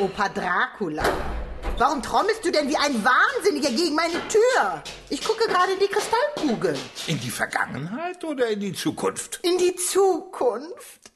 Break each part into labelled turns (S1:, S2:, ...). S1: Opa Dracula. Warum trommelst du denn wie ein Wahnsinniger gegen meine Tür? Ich gucke gerade in die Kristallkugel.
S2: In die Vergangenheit oder in die Zukunft?
S1: In die Zukunft.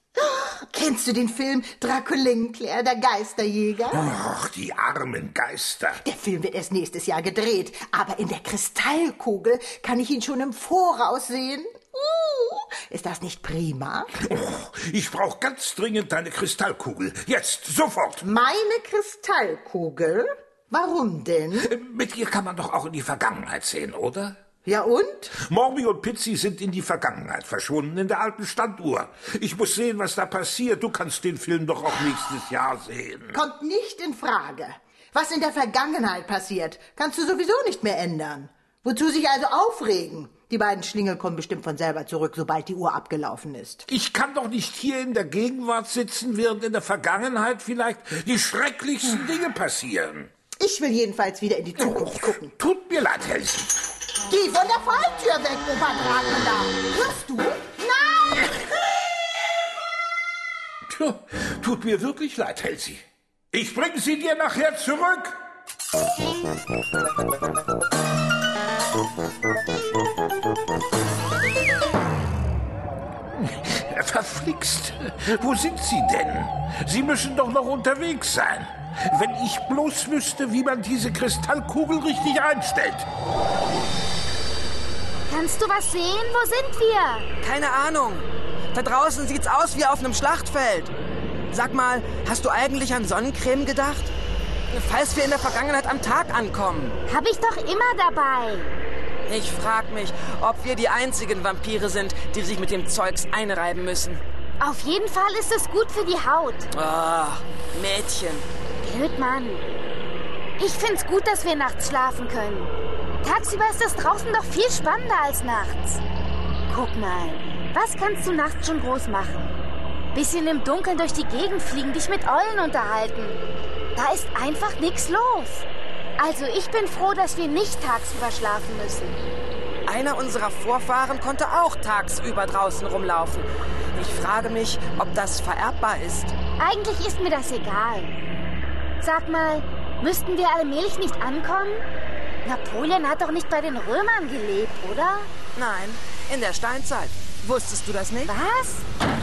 S1: Kennst du den Film Draculinclair, der Geisterjäger?
S2: Och, die armen Geister.
S1: Der Film wird erst nächstes Jahr gedreht, aber in der Kristallkugel kann ich ihn schon im Voraus sehen. Uh, ist das nicht prima?
S2: Och, ich brauche ganz dringend deine Kristallkugel. Jetzt, sofort.
S1: Meine Kristallkugel? Warum denn?
S2: Mit ihr kann man doch auch in die Vergangenheit sehen, oder?
S1: Ja und?
S2: Morbi und Pizzi sind in die Vergangenheit verschwunden, in der alten Standuhr. Ich muss sehen, was da passiert. Du kannst den Film doch auch nächstes Jahr sehen.
S1: Kommt nicht in Frage. Was in der Vergangenheit passiert, kannst du sowieso nicht mehr ändern. Wozu sich also aufregen? Die beiden Schlingel kommen bestimmt von selber zurück, sobald die Uhr abgelaufen ist.
S2: Ich kann doch nicht hier in der Gegenwart sitzen, während in der Vergangenheit vielleicht die schrecklichsten Dinge passieren.
S1: Ich will jedenfalls wieder in die Zukunft gucken.
S2: Tut mir leid, Helsen.
S1: Geh von der Falltür weg, Opa Dracula. Hörst du? Nein!
S2: Tja, tut mir wirklich leid, Helsi. Ich bringe sie dir nachher zurück. Verflixt. Wo sind Sie denn? Sie müssen doch noch unterwegs sein. Wenn ich bloß wüsste, wie man diese Kristallkugel richtig einstellt.
S3: Kannst du was sehen? Wo sind wir?
S4: Keine Ahnung. Da draußen sieht's aus wie auf einem Schlachtfeld. Sag mal, hast du eigentlich an Sonnencreme gedacht? Falls wir in der Vergangenheit am Tag ankommen.
S3: Hab ich doch immer dabei.
S4: Ich frag mich, ob wir die einzigen Vampire sind, die sich mit dem Zeugs einreiben müssen.
S3: Auf jeden Fall ist es gut für die Haut.
S4: Ah, Mädchen.
S3: Blöd, Mann. Ich find's gut, dass wir nachts schlafen können. Tagsüber ist das draußen doch viel spannender als nachts. Guck mal, was kannst du nachts schon groß machen? Bisschen im Dunkeln durch die Gegend fliegen, dich mit Eulen unterhalten. Da ist einfach nichts los. Also ich bin froh, dass wir nicht tagsüber schlafen müssen.
S4: Einer unserer Vorfahren konnte auch tagsüber draußen rumlaufen. Ich frage mich, ob das vererbbar ist.
S3: Eigentlich ist mir das egal. Sag mal, müssten wir allmählich nicht ankommen? Napoleon hat doch nicht bei den Römern gelebt, oder?
S4: Nein, in der Steinzeit. Wusstest du das nicht?
S3: Was?